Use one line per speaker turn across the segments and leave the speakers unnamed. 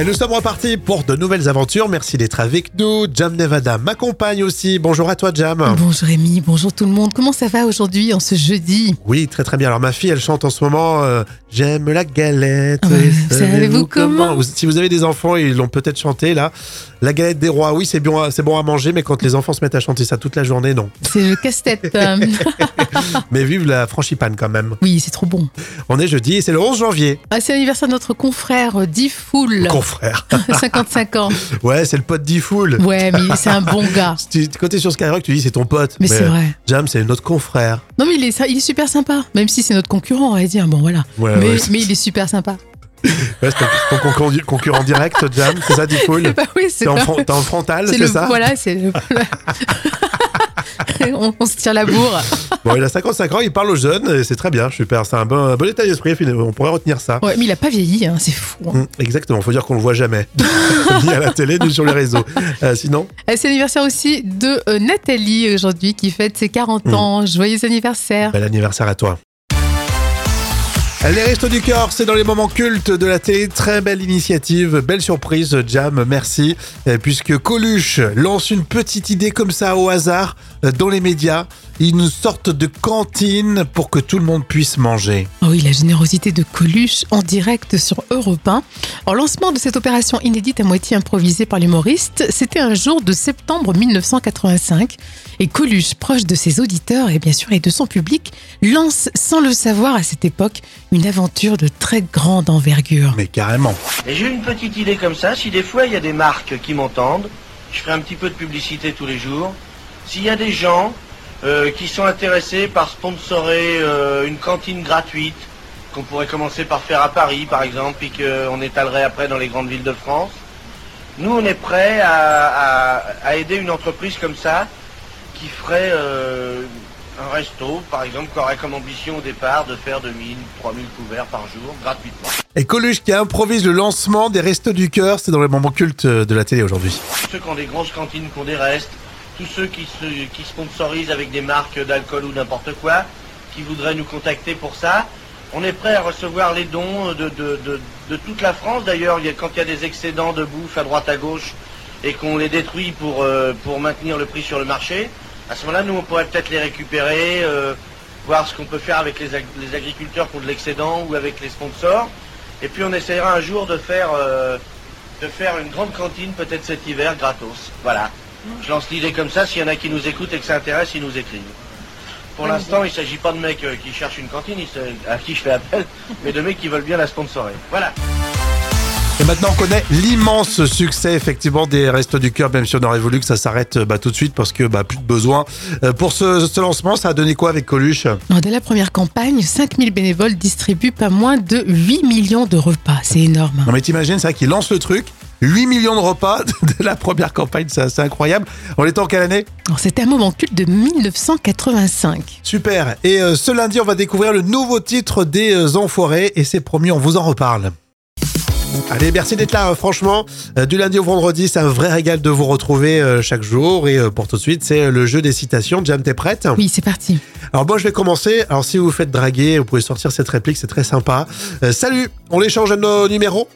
Et nous sommes repartis pour de nouvelles aventures. Merci d'être avec nous. Jam Nevada m'accompagne aussi. Bonjour à toi, Jam.
Bonjour Rémi, bonjour tout le monde. Comment ça va aujourd'hui en ce jeudi
Oui, très très bien. Alors, ma fille, elle chante en ce moment euh, J'aime la galette.
Ah bah,
et
savez-vous comment
Vous- Si vous avez des enfants, ils l'ont peut-être chanté là. La galette des rois, oui, c'est bon, à- c'est bon à manger, mais quand les enfants se mettent à chanter ça toute la journée, non.
C'est le casse-tête. euh,
Mais vive la frangipane quand même.
oui, c'est trop bon.
On est jeudi et c'est le 11 janvier,
Ah, c'est l'anniversaire de notre confrère euh, Difool,
confrère.
55 ans.
Ouais, c'est le pote d'Ifoul.
Ouais, mais c'est un bon gars.
Tu- Quand t'es sur Skyrock, tu dis c'est ton pote.
Mais c'est vrai.
Jam, c'est notre confrère.
Non, mais il est, il est super sympa. Même si c'est notre concurrent, on va dire. Bon, voilà.
Ouais,
mais,
Ah ouais, c'est-
mais il est super sympa.
Ouais, c'est ton, ton concurrent, di- concurrent direct, Jam, c'est ça, Difool
Bah oui, c'est
T'es en,
pas-
fron- t'es en frontal,
c'est
c'est
le.
ça
Voilà, c'est le. on, on se tire la bourre.
Bon, il a 55 ans, il parle aux jeunes, et c'est très bien, super. C'est un bon, un bon état d'esprit, finalement, on pourrait retenir ça.
Ouais, mais il a pas vieilli, hein, c'est fou. hein.
Mm, Exactement, faut dire qu'on le voit jamais. ni à la télé, ni sur les réseaux. Euh, sinon,
Euh, C'est l'anniversaire aussi de euh, Nathalie aujourd'hui qui fête ses 40
Mhm.
ans. Joyeux anniversaire.
Ah. bel anniversaire à toi. Les Restos du Cœur, c'est dans les moments cultes de la télé. Très belle initiative, belle surprise, Jam, merci. Euh, Puisque Coluche lance une petite idée comme ça au hasard euh, dans les médias. Une sorte de cantine pour que tout le monde puisse manger.
Ah oui, la générosité de Coluche en direct sur Europe 1. En lancement de cette opération inédite à moitié improvisée par l'humoriste, c'était un jour de septembre 1985. Et Coluche, proche de ses auditeurs et bien sûr et de son public, lance sans le savoir à cette époque une aventure de très grande envergure.
Mais carrément.
Et j'ai une petite idée comme ça, si des fois il y a des marques qui m'entendent, je ferai un petit peu de publicité tous les jours. S'il y a des gens euh, qui sont intéressés par sponsorer euh, une cantine gratuite, qu'on pourrait commencer par faire à Paris par exemple, puis qu'on étalerait après dans les grandes villes de France, nous on est prêts à, à- à aider une entreprise comme ça qui ferait euh, un resto par exemple qui aurait comme ambition au départ de faire 2000, 3000 couverts par jour gratuitement.
Et Coluche qui improvise le lancement des Restos du Cœur, c'est dans les moments cultes de la télé aujourd'hui.
tous ceux qui ont des grosses cantines qui ont des restes, tous ceux qui, se- qui sponsorisent avec des marques d'alcool ou n'importe quoi, qui voudraient nous contacter pour ça. On est prêt à recevoir les dons de, de- de- de toute la France. D'ailleurs, il y a- quand il y a des excédents de bouffe à droite à gauche et qu'on les détruit pour, euh, pour maintenir le prix sur le marché, à ce moment-là, nous, on pourrait peut-être les récupérer, euh, voir ce qu'on peut faire avec les, ag- les agriculteurs pour de l'excédent ou avec les sponsors. Et puis, on essaiera un jour de faire... euh, de faire une grande cantine peut-être cet hiver gratos. Voilà. Je lance l'idée comme ça, s'il y en a qui nous écoutent et que ça intéresse, ils nous écrivent. Pour l'instant, il ne s'agit pas de mecs euh, qui cherchent une cantine, il se- à qui je fais appel, mais de mecs qui veulent bien la sponsorer. Voilà.
Et maintenant on connaît l'immense succès effectivement des Restos du Cœur, même si on aurait voulu que ça s'arrête euh, bah, tout de suite parce que bah, plus de besoin. Euh, pour ce, ce lancement, ça a donné quoi avec Coluche
Alors, dès la première campagne, 5000 bénévoles distribuent pas moins de 8 millions de repas. C'est énorme. hein.
Non mais t'imagines, c'est vrai qu'il lance le truc, 8 millions de repas dès la première campagne, c'est assez incroyable. On est en quelle année
Alors, C'était un moment culte de 1985.
Super. Et euh, ce lundi, on va découvrir le nouveau titre des euh, Enfoirés et c'est promis, on vous en reparle. Allez, merci d'être là. euh, Franchement, Euh, du lundi au vendredi, c'est un vrai régal de vous retrouver euh, chaque jour. Et euh, pour tout de suite, c'est euh, le jeu des citations. Jam, t'es prête
Oui, c'est parti.
Alors moi, je vais commencer. Alors si vous vous faites draguer, vous pouvez sortir cette réplique, c'est très sympa. Euh, salut, on échange nos numéros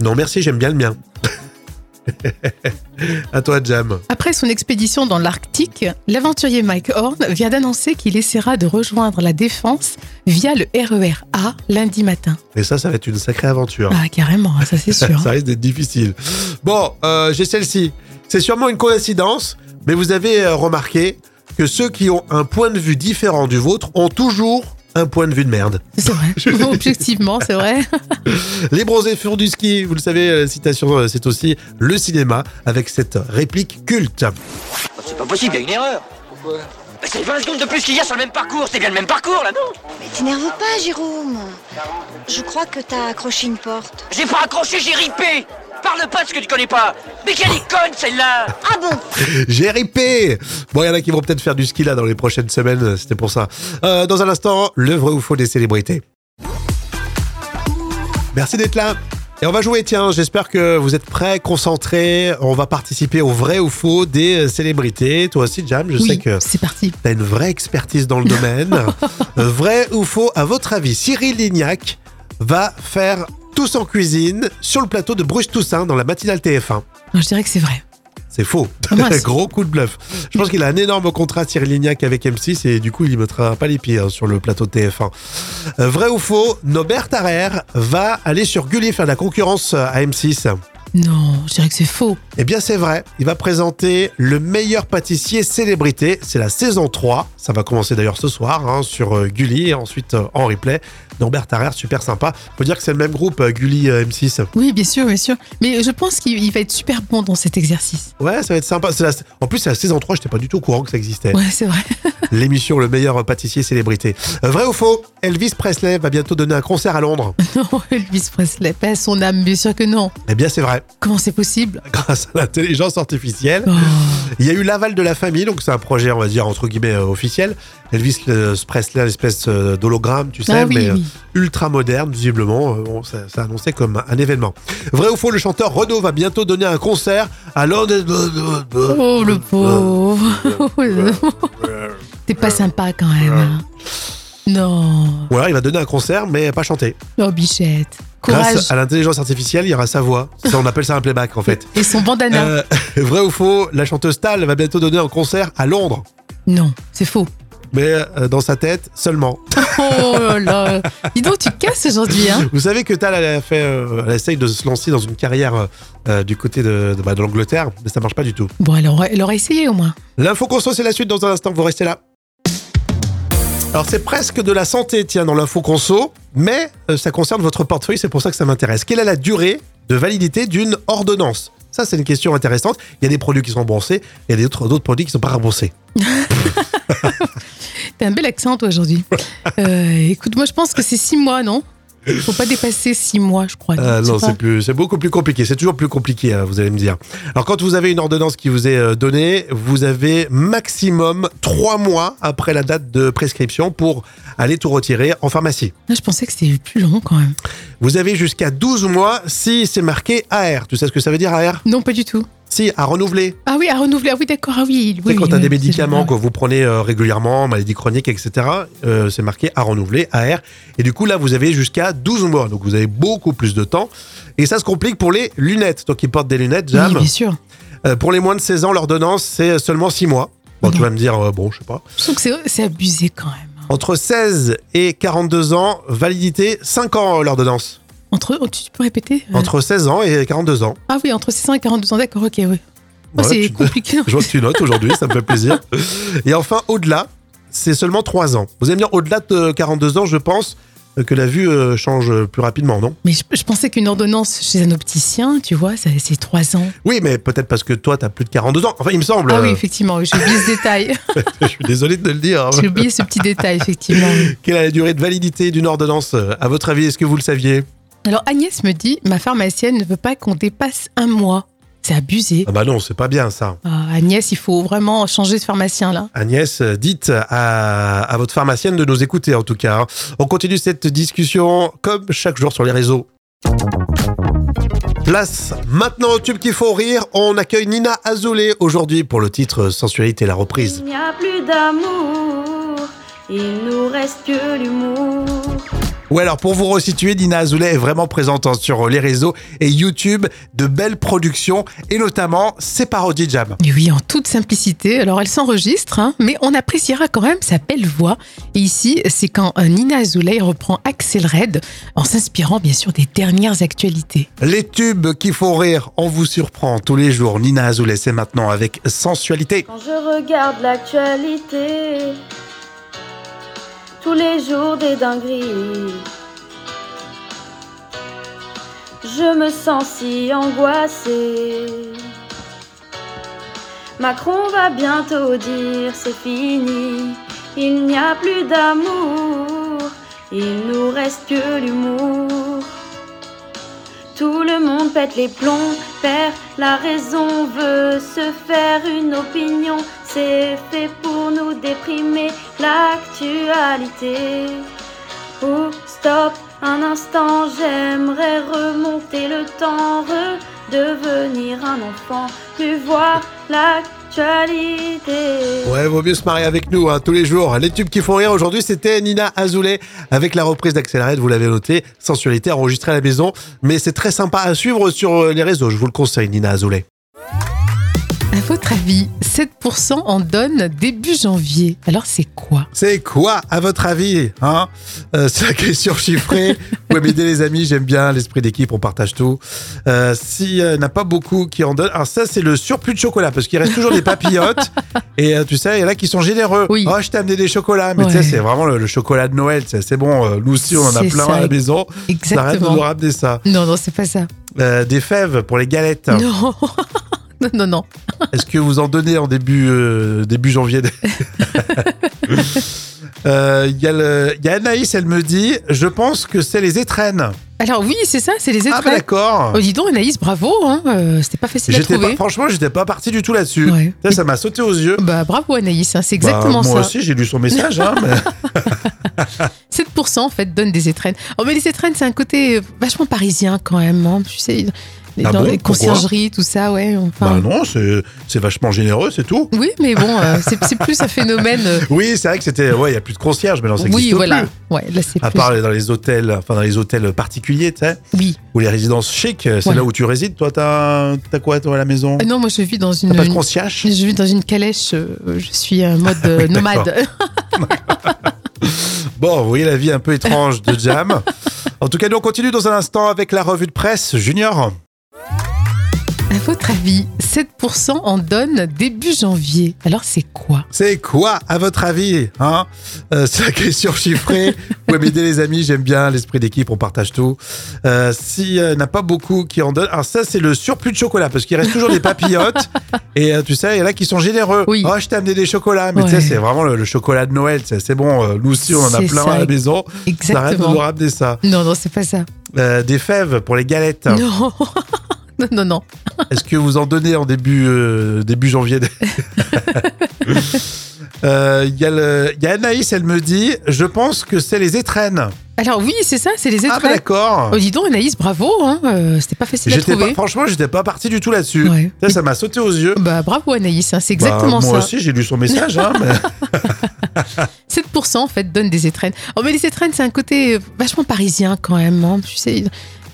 Non, merci, j'aime bien le mien. à toi, Jam.
Après son expédition dans l'Arctique, l'aventurier Mike Horn vient d'annoncer qu'il essaiera de rejoindre la Défense via le RER A lundi matin.
Et ça, ça va être une sacrée aventure.
Ah, carrément, ça c'est sûr.
Oh.
hein.
Ça risque d'être difficile. Bon, euh, j'ai celle-ci. C'est sûrement une coïncidence, mais vous avez euh, remarqué que ceux qui ont un point de vue différent du vôtre ont toujours un point de vue de merde.
C'est vrai. Objectivement, c'est vrai.
Les bronzés furent du ski, vous le savez, la citation, euh, c'est aussi le cinéma avec cette réplique culte.
Bah, C'est pas possible, il y a une erreur. Pourquoi C'est 20 secondes de plus qu'il y a sur le même parcours, c'est bien le même parcours là, non
Mais t'énerve pas, Jérôme. Je crois que t'as accroché une porte.
J'ai pas accroché, j'ai ripé Parle pas de ce que tu connais pas Mais quelle est conne celle-là
Ah bon
J'ai ripé Bon, il y en a qui vont peut-être faire du ski là dans les prochaines semaines, euh, c'était pour ça. Euh, dans un instant, le vrai ou faux des célébrités. Merci d'être là et on va jouer, tiens, j'espère que vous êtes prêts, concentrés. On va participer au vrai ou faux des euh, célébrités. Toi aussi, Jam, je sais
Oui,
que
c'est parti.
t'as une vraie expertise dans le domaine. Euh, vrai ou faux, à votre avis, Cyril Lignac va faire Tous en cuisine sur le plateau de Bruce Toussaint dans la matinale TF1.
Non, je dirais que c'est vrai.
C'est faux.
Ah mince.
Gros coup de bluff. Je pense qu'il a un énorme contrat Cyril Lignac avec M6 et du coup il mettra pas les pieds hein, sur le plateau de TF1. Euh, vrai ou faux, Nobert Tarrer va aller sur Gulli faire de la concurrence à M6.
Non, je dirais que c'est faux.
Eh bien, c'est vrai. Il va présenter le meilleur pâtissier célébrité. C'est la saison 3. Ça va commencer d'ailleurs ce soir hein, sur euh, Gulli et ensuite euh, en replay. Norbert Tarrer, super sympa. Faut dire que c'est le même groupe, euh, Gulli euh, M6.
Oui, bien sûr, bien sûr. Mais je pense qu'il il va être super bon dans cet exercice.
Ouais, ça va être sympa. C'est la- En plus, c'est la saison 3. J'étais pas du tout au courant que ça existait.
Ouais, c'est vrai.
L'émission Le meilleur pâtissier célébrité. Euh, vrai ou faux Elvis Presley va bientôt donner un concert à Londres.
Non, Elvis Presley, pas à son âme, bien sûr que non.
Eh bien, c'est vrai.
Comment c'est possible
Grâce à l'intelligence artificielle.
Oh,
Il y a eu l'aval de la famille, donc c'est un projet, on va dire, entre guillemets, euh, officiel. Elvis euh, Presley, une espèce euh, d'hologramme, tu sais,
Ah oui,
mais euh,
oui.
ultra moderne, visiblement. euh, bon, ça, ça annoncé comme un événement. Vrai ou faux, le chanteur Renaud va bientôt donner un concert à Londres. euh,
Oh, le pauvre. T'es pas sympa quand même. hein. Non.
Ou alors il va donner un concert, mais pas chanter.
Oh, bichette.
Grâce
Courage.
à l'intelligence artificielle, il y aura sa voix. Ça, on appelle ça un playback, en fait.
Et son bandana.
Euh, vrai ou faux, la chanteuse Tal va bientôt donner un concert à Londres,
Non, c'est faux.
mais euh, dans sa tête seulement.
Oh là là. Dis donc, tu casses aujourd'hui, hein
Vous savez que Tal, elle, a fait, euh, elle essaye de se lancer dans une carrière euh, euh, du côté de, de- bah, de l'Angleterre, mais ça marche pas du tout.
Bon, elle aurait, elle aurait essayé au moins.
L'info conso, c'est la suite dans un instant, vous restez là. Alors c'est presque de la santé, tiens, dans l'info conso, mais euh, ça concerne votre portefeuille, c'est pour ça que ça m'intéresse. Quelle est la durée de validité d'une ordonnance Ça, c'est une question intéressante. Il y a des produits qui sont remboursés, il y a des autres- d'autres produits qui sont pas remboursés.
T'as un bel accent, toi, aujourd'hui. Euh, écoute, moi, je pense que c'est six mois, non Faut pas dépasser six mois, je crois.
Euh,
Je sais
non,
pas.
c'est plus, c'est beaucoup plus compliqué. C'est toujours plus compliqué, hein, vous allez me dire. Alors, quand vous avez une ordonnance qui vous est euh, donnée, vous avez maximum trois mois après la date de prescription pour aller tout retirer en pharmacie.
Ah, je pensais que c'était plus long quand même.
Vous avez jusqu'à 12 mois si c'est marqué AR. Tu sais ce que ça veut dire AR
Non, pas du tout.
Si, à renouveler.
Ah oui, à renouveler. Ah oui, d'accord. Ah oui, oui.
Tu sais, quand
oui,
tu as
oui,
des
c'est
médicaments
vrai.
que vous prenez euh, régulièrement, maladie chronique, etc., euh, c'est marqué à renouveler, AR. Et du coup, là, vous avez jusqu'à 12 mois. Donc, vous avez beaucoup plus de temps. Et ça se complique pour les lunettes. Toi qui portes des lunettes, Jam.
Oui, bien sûr.
Euh, pour les moins de 16 ans, l'ordonnance, c'est seulement 6 mois. Bon, tu
Mhm.
vas me dire, euh, bon, je sais pas.
Je trouve que c'est- c'est abusé quand même. hein.
Entre 16 et 42 ans, validité 5 ans euh, l'ordonnance.
Entre, oh, tu tu peux répéter euh,
Entre 16 ans et 42 ans.
Ah oui, entre 600 et 42 ans, d'accord, ok, oui. Oh,
Voilà,
c'est
tu-
compliqué.
Je vois que tu notes aujourd'hui, ça me fait plaisir. Et enfin, au-delà, c'est seulement 3 ans. Vous allez me dire, au-delà de 42 ans, je pense euh, que la vue euh, change euh, plus rapidement, non
Mais je, je pensais qu'une ordonnance chez un opticien, tu vois, ça- c'est trois ans.
Oui, mais peut-être parce que toi, t'as plus de 42 ans. Enfin, il me semble.
Ah oui,
euh,
effectivement, oui, j'ai oublié ce détail.
je suis désolé de te le dire.
J'ai oublié ce petit détail, effectivement. oui.
Quelle est la durée de validité d'une ordonnance euh, À votre avis, est-ce que vous le saviez
Alors Agnès me dit, ma pharmacienne ne veut pas qu'on dépasse un mois. C'est abusé.
Ah bah non, c'est pas bien ça.
Ah, Agnès, il faut vraiment changer de pharmacien là.
Agnès, euh, dites à, à votre pharmacienne de nous écouter en tout cas. hein. On continue cette discussion comme chaque jour sur les réseaux. Place maintenant au tube qu'il faut rire. On accueille Nina Azoulay aujourd'hui pour le titre Sensualité la reprise.
Il n'y a plus d'amour, il nous reste que l'humour.
Ouais, alors pour vous resituer, Nina Azoulay est vraiment présente hein, sur les réseaux et YouTube, de belles productions et notamment ses parodies de Jam.
Et oui, en toute simplicité. Alors elle s'enregistre, hein, mais on appréciera quand même sa belle voix. Et ici, c'est quand euh, Nina Azoulay reprend Axel Red en s'inspirant bien sûr des dernières actualités.
Les tubes qu'il faut rire, on vous surprend tous les jours. Nina Azoulay, c'est maintenant avec Sensualité.
Quand je regarde l'actualité, tous les jours des dingueries, je me sens si angoissée. Macron va bientôt dire c'est fini, il n'y a plus d'amour, il nous reste que l'humour. Tout le monde pète les plombs, perd la raison, veut se faire une opinion. C'est fait pour nous déprimer l'actualité. Oh, stop, un instant, j'aimerais remonter le temps, redevenir un enfant, plus voir l'actualité. l'actualité.
Ouais, vaut mieux se marier avec nous hein, tous les jours. Les tubes qui font rire aujourd'hui, c'était Nina Azoulay avec la reprise d'Accélérate, vous l'avez noté, sensualité enregistrée à la maison. Mais c'est très sympa à suivre sur euh, les réseaux, je vous le conseille, Nina Azoulay.
À votre avis, 7% en donne début janvier. Alors c'est quoi
C'est quoi, à votre avis hein Euh, C'est la question chiffrée. Vous m'aider, les amis. J'aime bien l'esprit d'équipe. On partage tout. Euh, S'il euh, n'y en a pas beaucoup qui en donnent. Alors, ça, c'est le surplus de chocolat parce qu'il reste toujours des papillotes. Et euh, tu sais, il y en a qui sont généreux.
Oui.
Oh, je t'ai amené des chocolats. Mais tu sais,
Ouais.
c'est vraiment le, le chocolat de Noël. tu sais, C'est bon. euh, Nous aussi, on en a
C'est
plein
ça.
à la maison. Ça arrête de nous
Exactement.
ramener ça.
Non, non, c'est pas ça.
Euh, des fèves pour les galettes.
Non. non, non, non.
Est-ce que vous en donnez en début, euh, début janvier Euh, Il y, a le- il y a Anaïs, elle me dit Je pense que c'est les étrennes.
Alors oui, c'est ça, c'est les
Ah, bah
étoiles.
d'accord.
oh, dis donc, Anaïs, bravo. Hein. euh, C'était pas facile à
J'étais pas,
trouver.
franchement, j'étais pas parti du tout là-dessus.
Ouais.
Ça, ça m'a sauté aux yeux.
Bah bravo Anaïs, hein, c'est exactement
Bah, moi
ça.
aussi, j'ai lu son message. hein, mais-
7% en fait donnent des étrennes. Oh mais les étrennes, c'est un côté euh, vachement parisien quand même. hein, Tu sais,
Ah
dans
bon
les conciergeries, tout ça, ouais. Enfin,
Bah non, c'est c'est vachement généreux, c'est tout.
oui, mais bon, euh, c'est c'est plus un phénomène. euh,
Oui, c'est vrai que c'était. Ouais, il n'y a plus de concierge, mais non, ça
oui,
existe
voilà.
plus.
Ouais, là c'est
À
plus.
part dans les hôtels, enfin dans les hôtels particuliers, tu sais,
Oui.
ou les résidences chics, c'est
Ouais.
là où tu résides. Toi, t'as t'as quoi, toi, à la maison
Ah Non, moi je vis dans une.
T'as pas de concierge
une- je vis dans une calèche, euh, je suis en mode euh,
Oui,
nomade.
Bon, vous voyez la vie un peu étrange de Jam. en tout cas, nous on continue dans un instant avec la revue de presse Junior.
À votre avis, 7% en donnent début janvier. Alors c'est quoi
C'est quoi, à votre avis hein Euh, C'est la question chiffrée. Vous m'aider, les amis. J'aime bien l'esprit d'équipe. On partage tout. Euh, S'il n'y en a pas beaucoup qui en donnent. Alors, ça, c'est le surplus de chocolat parce qu'il reste toujours des papillotes. Et euh, tu sais, il y en a qui sont généreux.
Oui.
Oh, je t'ai amené des chocolats. Mais tu sais,
Ouais.
c'est vraiment le, le chocolat de Noël. tu sais, C'est bon. euh, nous aussi, on en a
C'est
plein
ça.
à la maison. Ça arrête de nous
Exactement.
ramener ça.
Non, non, c'est pas ça.
Euh, des fèves pour les galettes.
Non. non, non, non.
Est-ce que vous en donnez en début, euh, début janvier Euh, Il y, a le- il y a Anaïs, elle me dit Je pense que c'est les étrennes.
Alors oui, c'est ça, c'est les
Ah, bah
étrennes.
d'accord.
oh dis donc Anaïs, bravo, hein, euh, c'était pas facile à
J'étais pas,
trouver.
franchement, j'étais pas parti du tout là-dessus.
Ouais.
Ça, ça m'a sauté aux yeux.
Bah bravo Anaïs, hein, c'est
Bah,
exactement
moi
ça.
aussi, j'ai lu son message. hein, mais-
7% en fait donnent des étrennes. Oh mais les étrennes, c'est un côté euh, vachement parisien quand même, hein, tu sais,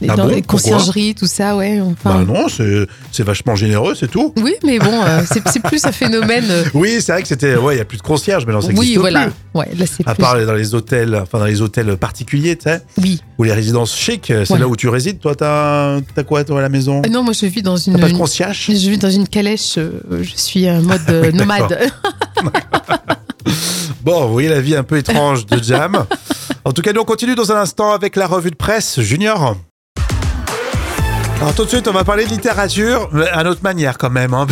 les-
Ah
dans
bon
les
Pourquoi
conciergeries, tout ça, ouais.
Bah
Enfin,
non, c'est c'est vachement généreux, c'est tout.
oui, mais bon, euh, c'est c'est plus un phénomène. euh,
Oui, c'est vrai que c'était. Ouais, il n'y a plus de concierge, mais non, ça
oui,
existe
voilà.
plus.
Ouais, là c'est
À
plus.
part dans les hôtels, enfin dans les hôtels particuliers, tu sais,
Oui.
ou les résidences chics, c'est
Ouais.
là où tu résides. Toi, t'as t'as quoi, toi, à la maison
Ah Non, moi je vis dans une.
T'as pas de concierge
je vis dans une calèche, euh, je suis en mode euh,
Oui,
nomade.
Bon, vous voyez la vie un peu étrange de Jam. en tout cas, nous on continue dans un instant avec la revue de presse Junior. Alors tout de suite, on va parler de littérature, mais à notre manière quand même. hein.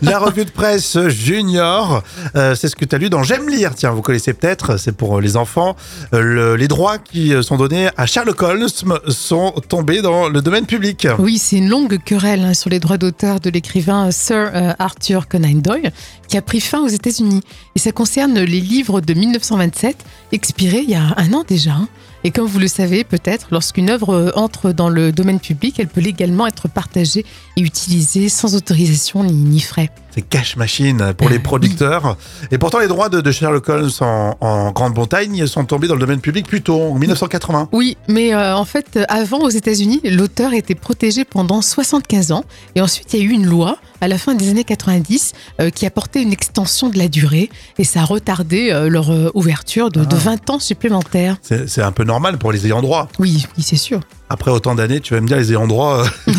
la revue de presse junior, euh, c'est ce que tu as lu dans J'aime lire. Tiens, vous connaissez peut-être, c'est pour euh, les enfants. Euh, le- les droits qui euh, sont donnés à Sherlock Holmes sont tombés dans le domaine public.
Oui, c'est une longue querelle hein, sur les droits d'auteur de l'écrivain Sir euh, Arthur Conan Doyle qui a pris fin aux États-Unis. Et ça concerne les livres de 1927, expirés il y a un an déjà. hein. Et comme vous le savez peut-être, lorsqu'une œuvre euh, entre dans le domaine public, elle peut légalement être partagée et utilisée sans autorisation ni, ni frais.
C'est cash machine pour les producteurs. Et pourtant, les droits de, de Sherlock Holmes en, en Grande-Bretagne sont tombés dans le domaine public plus tôt, en 1980.
Oui, mais euh, en fait, euh, avant aux États-Unis, l'auteur était protégé pendant 75 ans. Et ensuite, il y a eu une loi à la fin des années 90 euh, qui a porté une extension de la durée et ça a retardé euh, leur euh, ouverture de, de
Ah.
20 ans supplémentaires.
C'est c'est un peu normal pour les ayants droit.
Oui, oui c'est sûr.
Après autant d'années, tu vas me dire, les ayants droit, euh,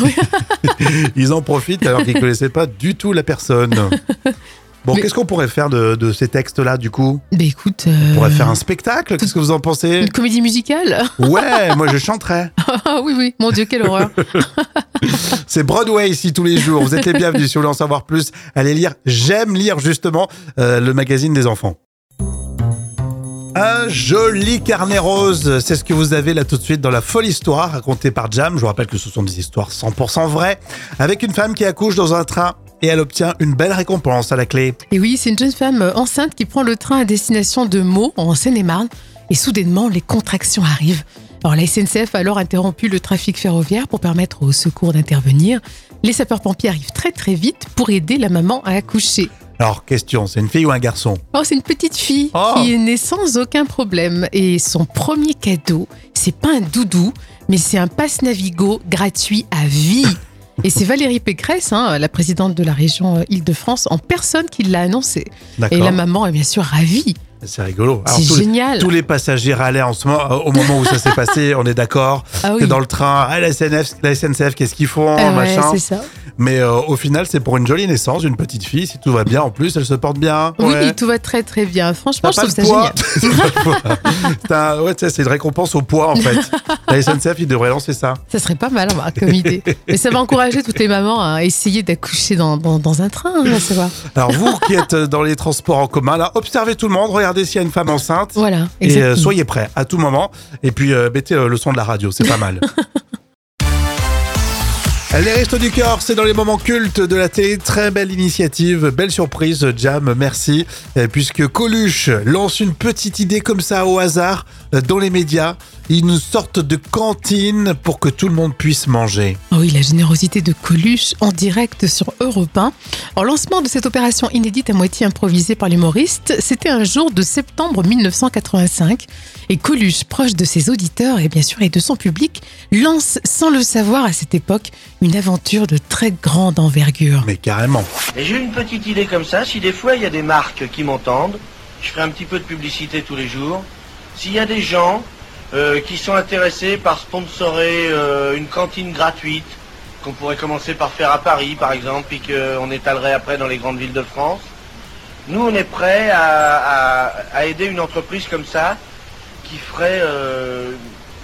ils en profitent alors qu'ils ne connaissaient pas du tout la personne. Bon,
Mais-
qu'est-ce qu'on pourrait faire de, de ces textes-là, du coup
Mais écoute,
On
euh,
pourrait faire un spectacle Qu'est-ce que vous en pensez
une comédie musicale
Ouais, moi je chanterais.
Ah oui, oui, mon Dieu, quelle horreur.
C'est Broadway ici tous les jours. Vous êtes les bienvenus. Si vous voulez en savoir plus, allez lire J'aime lire justement euh, le magazine des enfants. Un joli carnet rose, c'est ce que vous avez là tout de suite dans la folle histoire racontée par Jam. Je vous rappelle que ce sont des histoires 100% vraies, avec une femme qui accouche dans un train et elle obtient une belle récompense à la clé.
Et oui, c'est une jeune femme euh, enceinte qui prend le train à destination de Meaux, en Seine-et-Marne. Et soudainement, les contractions arrivent. Alors, la SNCF a alors interrompu le trafic ferroviaire pour permettre aux secours d'intervenir. Les sapeurs-pompiers arrivent très très vite pour aider la maman à accoucher.
Alors, question, c'est une fille ou un garçon
Oh, c'est une petite fille
Oh.
qui est née sans aucun problème. Et son premier cadeau, c'est pas un doudou, mais c'est un passe Navigo gratuit à vie. Et c'est Valérie Pécresse, hein, la présidente de la région euh, Île-de-France, en personne qui l'a annoncé. Et
D'accord.
la maman est bien sûr ravie.
C'est rigolo. Alors,
C'est
tous, les,
génial.
tous les passagers râlaient en ce moment, au moment où ça s'est passé, on est d'accord.
Ah
Que
oui.
dans le train, ah, la, SNF, la SNCF, qu'est-ce qu'ils font
Ah ouais,
machin.
c'est ça.
Mais euh, au final, c'est pour une jolie naissance, une petite fille. Si tout va bien, en plus, elle se porte bien.
Oui, tout va très très bien. Franchement,
T'as pas
je trouve
de
ça
poids.
génial.
C'est un- ouais, tu sais, c'est une récompense au poids, en fait. la SNCF, ils devraient lancer ça.
Ça serait pas mal hein, comme idée. Mais ça va encourager toutes les mamans à essayer d'accoucher dans, dans- dans un train, hein, ça va.
Alors, vous qui êtes dans les transports en commun, là, observez tout le monde, regardez s'il y a une femme enceinte.
Voilà.
Et euh,
exactement.
soyez prêts à tout moment. Et puis euh, mettez euh, le son de la radio, c'est pas mal. Les Restos du Cœur, c'est dans les moments cultes de la télé. Très belle initiative, belle surprise, Jam, merci. Et Puisque Coluche lance une petite idée comme ça au hasard euh, dans les médias, une sorte de cantine pour que tout le monde puisse manger.
Ah Oui, la générosité de Coluche en direct sur Europe 1. En lancement de cette opération inédite à moitié improvisée par l'humoriste, c'était un jour de septembre 1985. Et Coluche, proche de ses auditeurs et bien sûr et de son public, lance sans le savoir à cette époque une aventure de très grande envergure.
Mais carrément.
Et j'ai une petite idée comme ça, si des fois il y a des marques qui m'entendent, je ferai un petit peu de publicité tous les jours, s'il y a des gens euh, qui sont intéressés par sponsorer euh, une cantine gratuite, qu'on pourrait commencer par faire à Paris par exemple, puis qu'on étalerait après dans les grandes villes de France, nous on est prêts à, à- à aider une entreprise comme ça qui ferait euh,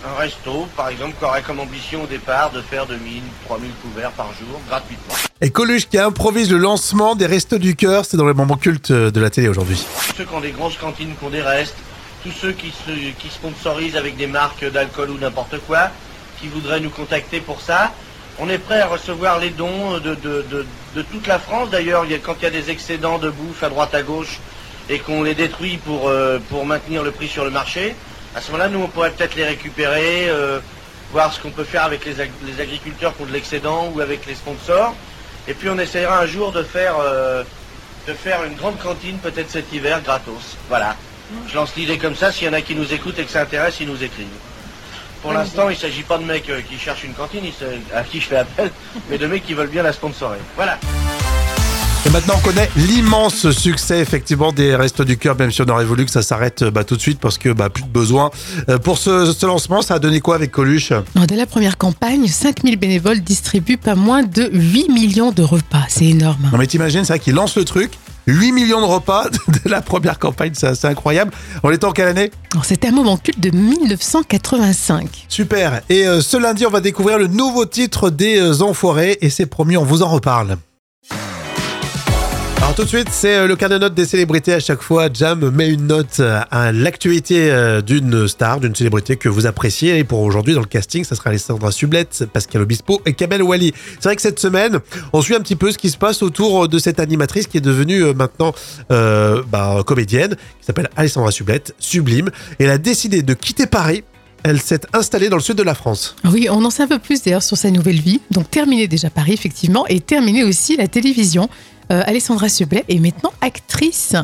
un resto par exemple qui aurait comme ambition au départ de faire 2000, 3000 couverts par jour gratuitement.
Et Coluche qui improvise le lancement des Restos du Cœur, c'est dans les moments cultes euh, de la télé aujourd'hui.
Tous ceux qui ont des grosses cantines qui ont des restes, tous ceux qui, se- qui sponsorisent avec des marques d'alcool ou n'importe quoi, qui voudraient nous contacter pour ça, on est prêt à recevoir les dons de, de- de- de toute la France. D'ailleurs, il y a- quand il y a des excédents de bouffe à droite à gauche et qu'on les détruit pour, euh, pour maintenir le prix sur le marché, à ce moment-là, nous, on pourrait peut-être les récupérer, euh, voir ce qu'on peut faire avec les, ag- les agriculteurs qui ont de l'excédent ou avec les sponsors. Et puis, on essaiera un jour de faire... euh, de faire une grande cantine peut-être cet hiver gratos. Voilà. Je lance l'idée comme ça, s'il y en a qui nous écoutent et que ça intéresse, ils nous écrivent. Pour l'instant, il ne s'agit pas de mecs euh, qui cherchent une cantine, il se- à qui je fais appel, mais de mecs qui veulent bien la sponsorer. Voilà.
Et maintenant, on connaît l'immense succès effectivement des Restos du Cœur, même si on aurait voulu que ça s'arrête euh, bah, tout de suite parce que bah, plus de besoin. Euh, pour ce, ce lancement, ça a donné quoi avec Coluche
Alors, dès la première campagne, 5000 bénévoles distribuent pas moins de 8 millions de repas. C'est énorme. hein.
Non mais t'imagines, c'est vrai qu'il lance le truc, 8 millions de repas de la première campagne, c'est assez incroyable. On est en quelle année
Alors, C'était un moment culte de 1985.
Super. Et euh, ce lundi, on va découvrir le nouveau titre des euh, Enfoirés et c'est promis, on vous en reparle. Alors tout de suite, c'est euh, le quart de note des célébrités. À chaque fois, Jam met une note euh, à l'actualité euh, d'une star, d'une célébrité que vous appréciez. Et pour aujourd'hui, dans le casting, ça sera Alessandra Sublette, Pascal Obispo et Kamel Wally. C'est vrai que cette semaine, on suit un petit peu ce qui se passe autour euh, de cette animatrice qui est devenue euh, maintenant euh, bah, comédienne, qui s'appelle Alessandra Sublette, sublime. Et elle a décidé de quitter Paris. Elle s'est installée dans le sud de la France.
Ah Oui, on en sait un peu plus d'ailleurs sur sa nouvelle vie. Donc terminée déjà Paris, effectivement, et terminée aussi la télévision. Euh, Alessandra Sublet est maintenant actrice.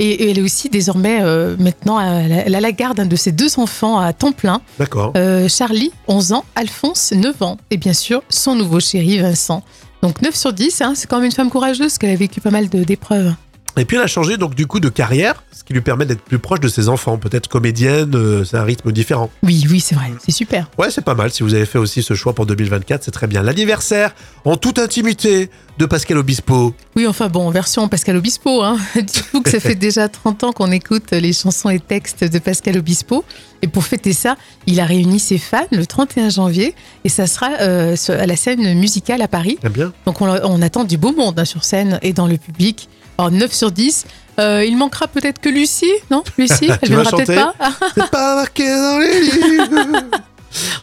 Et, et elle est aussi désormais euh, maintenant, à- elle a la garde hein, de ses deux enfants à temps plein.
D'accord.
Euh, Charlie, 11 ans, Alphonse, 9 ans, et bien sûr son nouveau chéri, Vincent. Donc 9 sur 10, hein, c'est quand même une femme courageuse, qu'elle a vécu pas mal de- d'épreuves.
Et puis elle a changé donc du coup de carrière, ce qui lui permet d'être plus proche de ses enfants. Peut-être comédienne, euh, c'est un rythme différent.
Oui, oui, c'est vrai, c'est super.
Ouais, c'est pas mal. Si vous avez fait aussi ce choix pour 2024, c'est très bien. L'anniversaire, en toute intimité, de Pascal Obispo.
Oui, enfin bon, version Pascal Obispo. Hein. Dites-vous que ça fait déjà 30 ans qu'on écoute les chansons et textes de Pascal Obispo. Et pour fêter ça, il a réuni ses fans le 31 janvier et ça sera euh, sur- à la scène musicale à Paris.
Très bien.
Donc on, on attend du beau monde hein, sur scène et dans le public. Alors 9 sur 10. Euh, il manquera peut-être que Lucie, non Lucie,
Tu
elle
vas
viendra
chanter
peut-être pas. Ah,
C'est pas marqué dans les livres.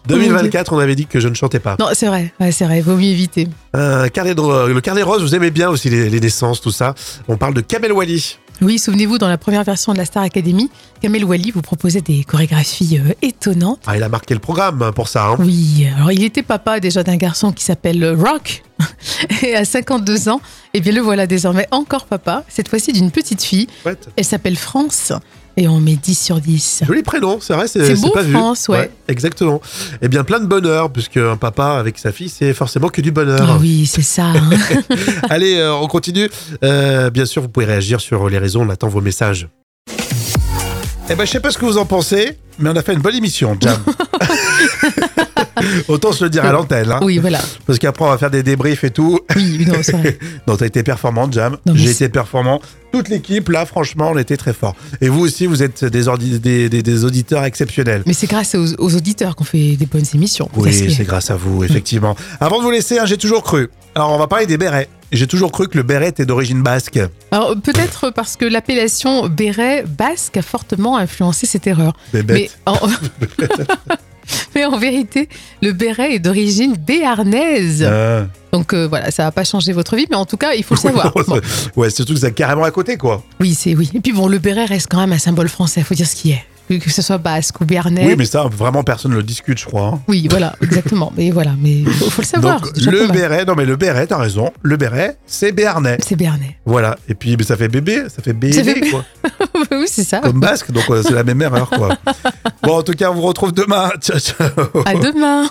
2024, on avait dit que je ne chantais pas.
non, c'est vrai, ouais, c'est vrai, vaut mieux éviter.
Euh, carnet de- le carnet rose, vous aimez bien aussi les, les naissances, tout ça. On parle de Kamel Wally.
Oui, souvenez-vous, dans la première version de la Star Academy, Kamel Wally vous proposait des chorégraphies euh, étonnantes.
Ah, il a marqué le programme hein, pour ça. hein.
Oui, alors il était papa déjà d'un garçon qui s'appelle euh, Rock. Et à 52 ans, eh bien le voilà désormais encore papa, cette fois-ci d'une petite fille.
Chouette.
Elle s'appelle France et on met 10 sur 10.
Joli prénom, c'est vrai, c'est
C'est
c'est
beau,
pas vu.
France, ouais.
Exactement. Et bien, plein de bonheur, puisque un papa avec sa fille, c'est forcément que du bonheur.
Ah oui, c'est ça. hein.
Allez, euh, on continue. Euh, bien sûr, vous pouvez réagir sur les réseaux, on attend vos messages. Eh ben, je sais pas ce que vous en pensez, mais on a fait une bonne émission, Jam. Autant se le dire à l'antenne, hein,
oui, voilà.
parce qu'après on va faire des débriefs et tout.
Oui, non, c'est vrai.
Non, t'as été performante, Jam.
Non, mais
J'ai
c'est-
été performant. Toute l'équipe, là, franchement, on était très fort. Et vous aussi, vous êtes des, ordi- des- des- des auditeurs exceptionnels.
Mais c'est grâce aux, aux auditeurs qu'on fait des bonnes émissions.
Oui,
parce que-
c'est grâce à vous, effectivement. Avant de vous laisser, hein, j'ai toujours cru. Alors, on va parler des bérets. J'ai toujours cru que le béret était d'origine basque.
Alors peut-être parce que l'appellation béret basque a fortement influencé cette erreur.
Bébête.
Mais en... Mais en vérité, le béret est d'origine béarnaise.
Ah.
Donc euh, voilà, ça va pas changer votre vie, mais en tout cas, il faut le savoir.
Non,
Bon,
c'est- Ah. Ouais, surtout que c'est carrément à côté, quoi.
oui, c'est oui. Et puis bon, le béret reste quand même un symbole français, faut dire ce qui est. Que- Que ce soit basque ou béarnais.
Oui, mais ça, vraiment, personne ne le discute, je crois. hein.
Oui, voilà, exactement. Mais voilà, mais faut, faut le savoir.
Donc,
c'est déjà
le
pas mal.
béret, non, mais le béret, t'as raison. Le béret, c'est béarnais.
C'est béarnais.
Voilà. Et puis, mais ça fait bébé, ça fait bébé,
Ça fait
quoi.
oui, c'est ça.
Comme basque, donc euh, c'est la même erreur, quoi. bon, en tout cas, on vous retrouve demain. Ciao, ciao.
À demain.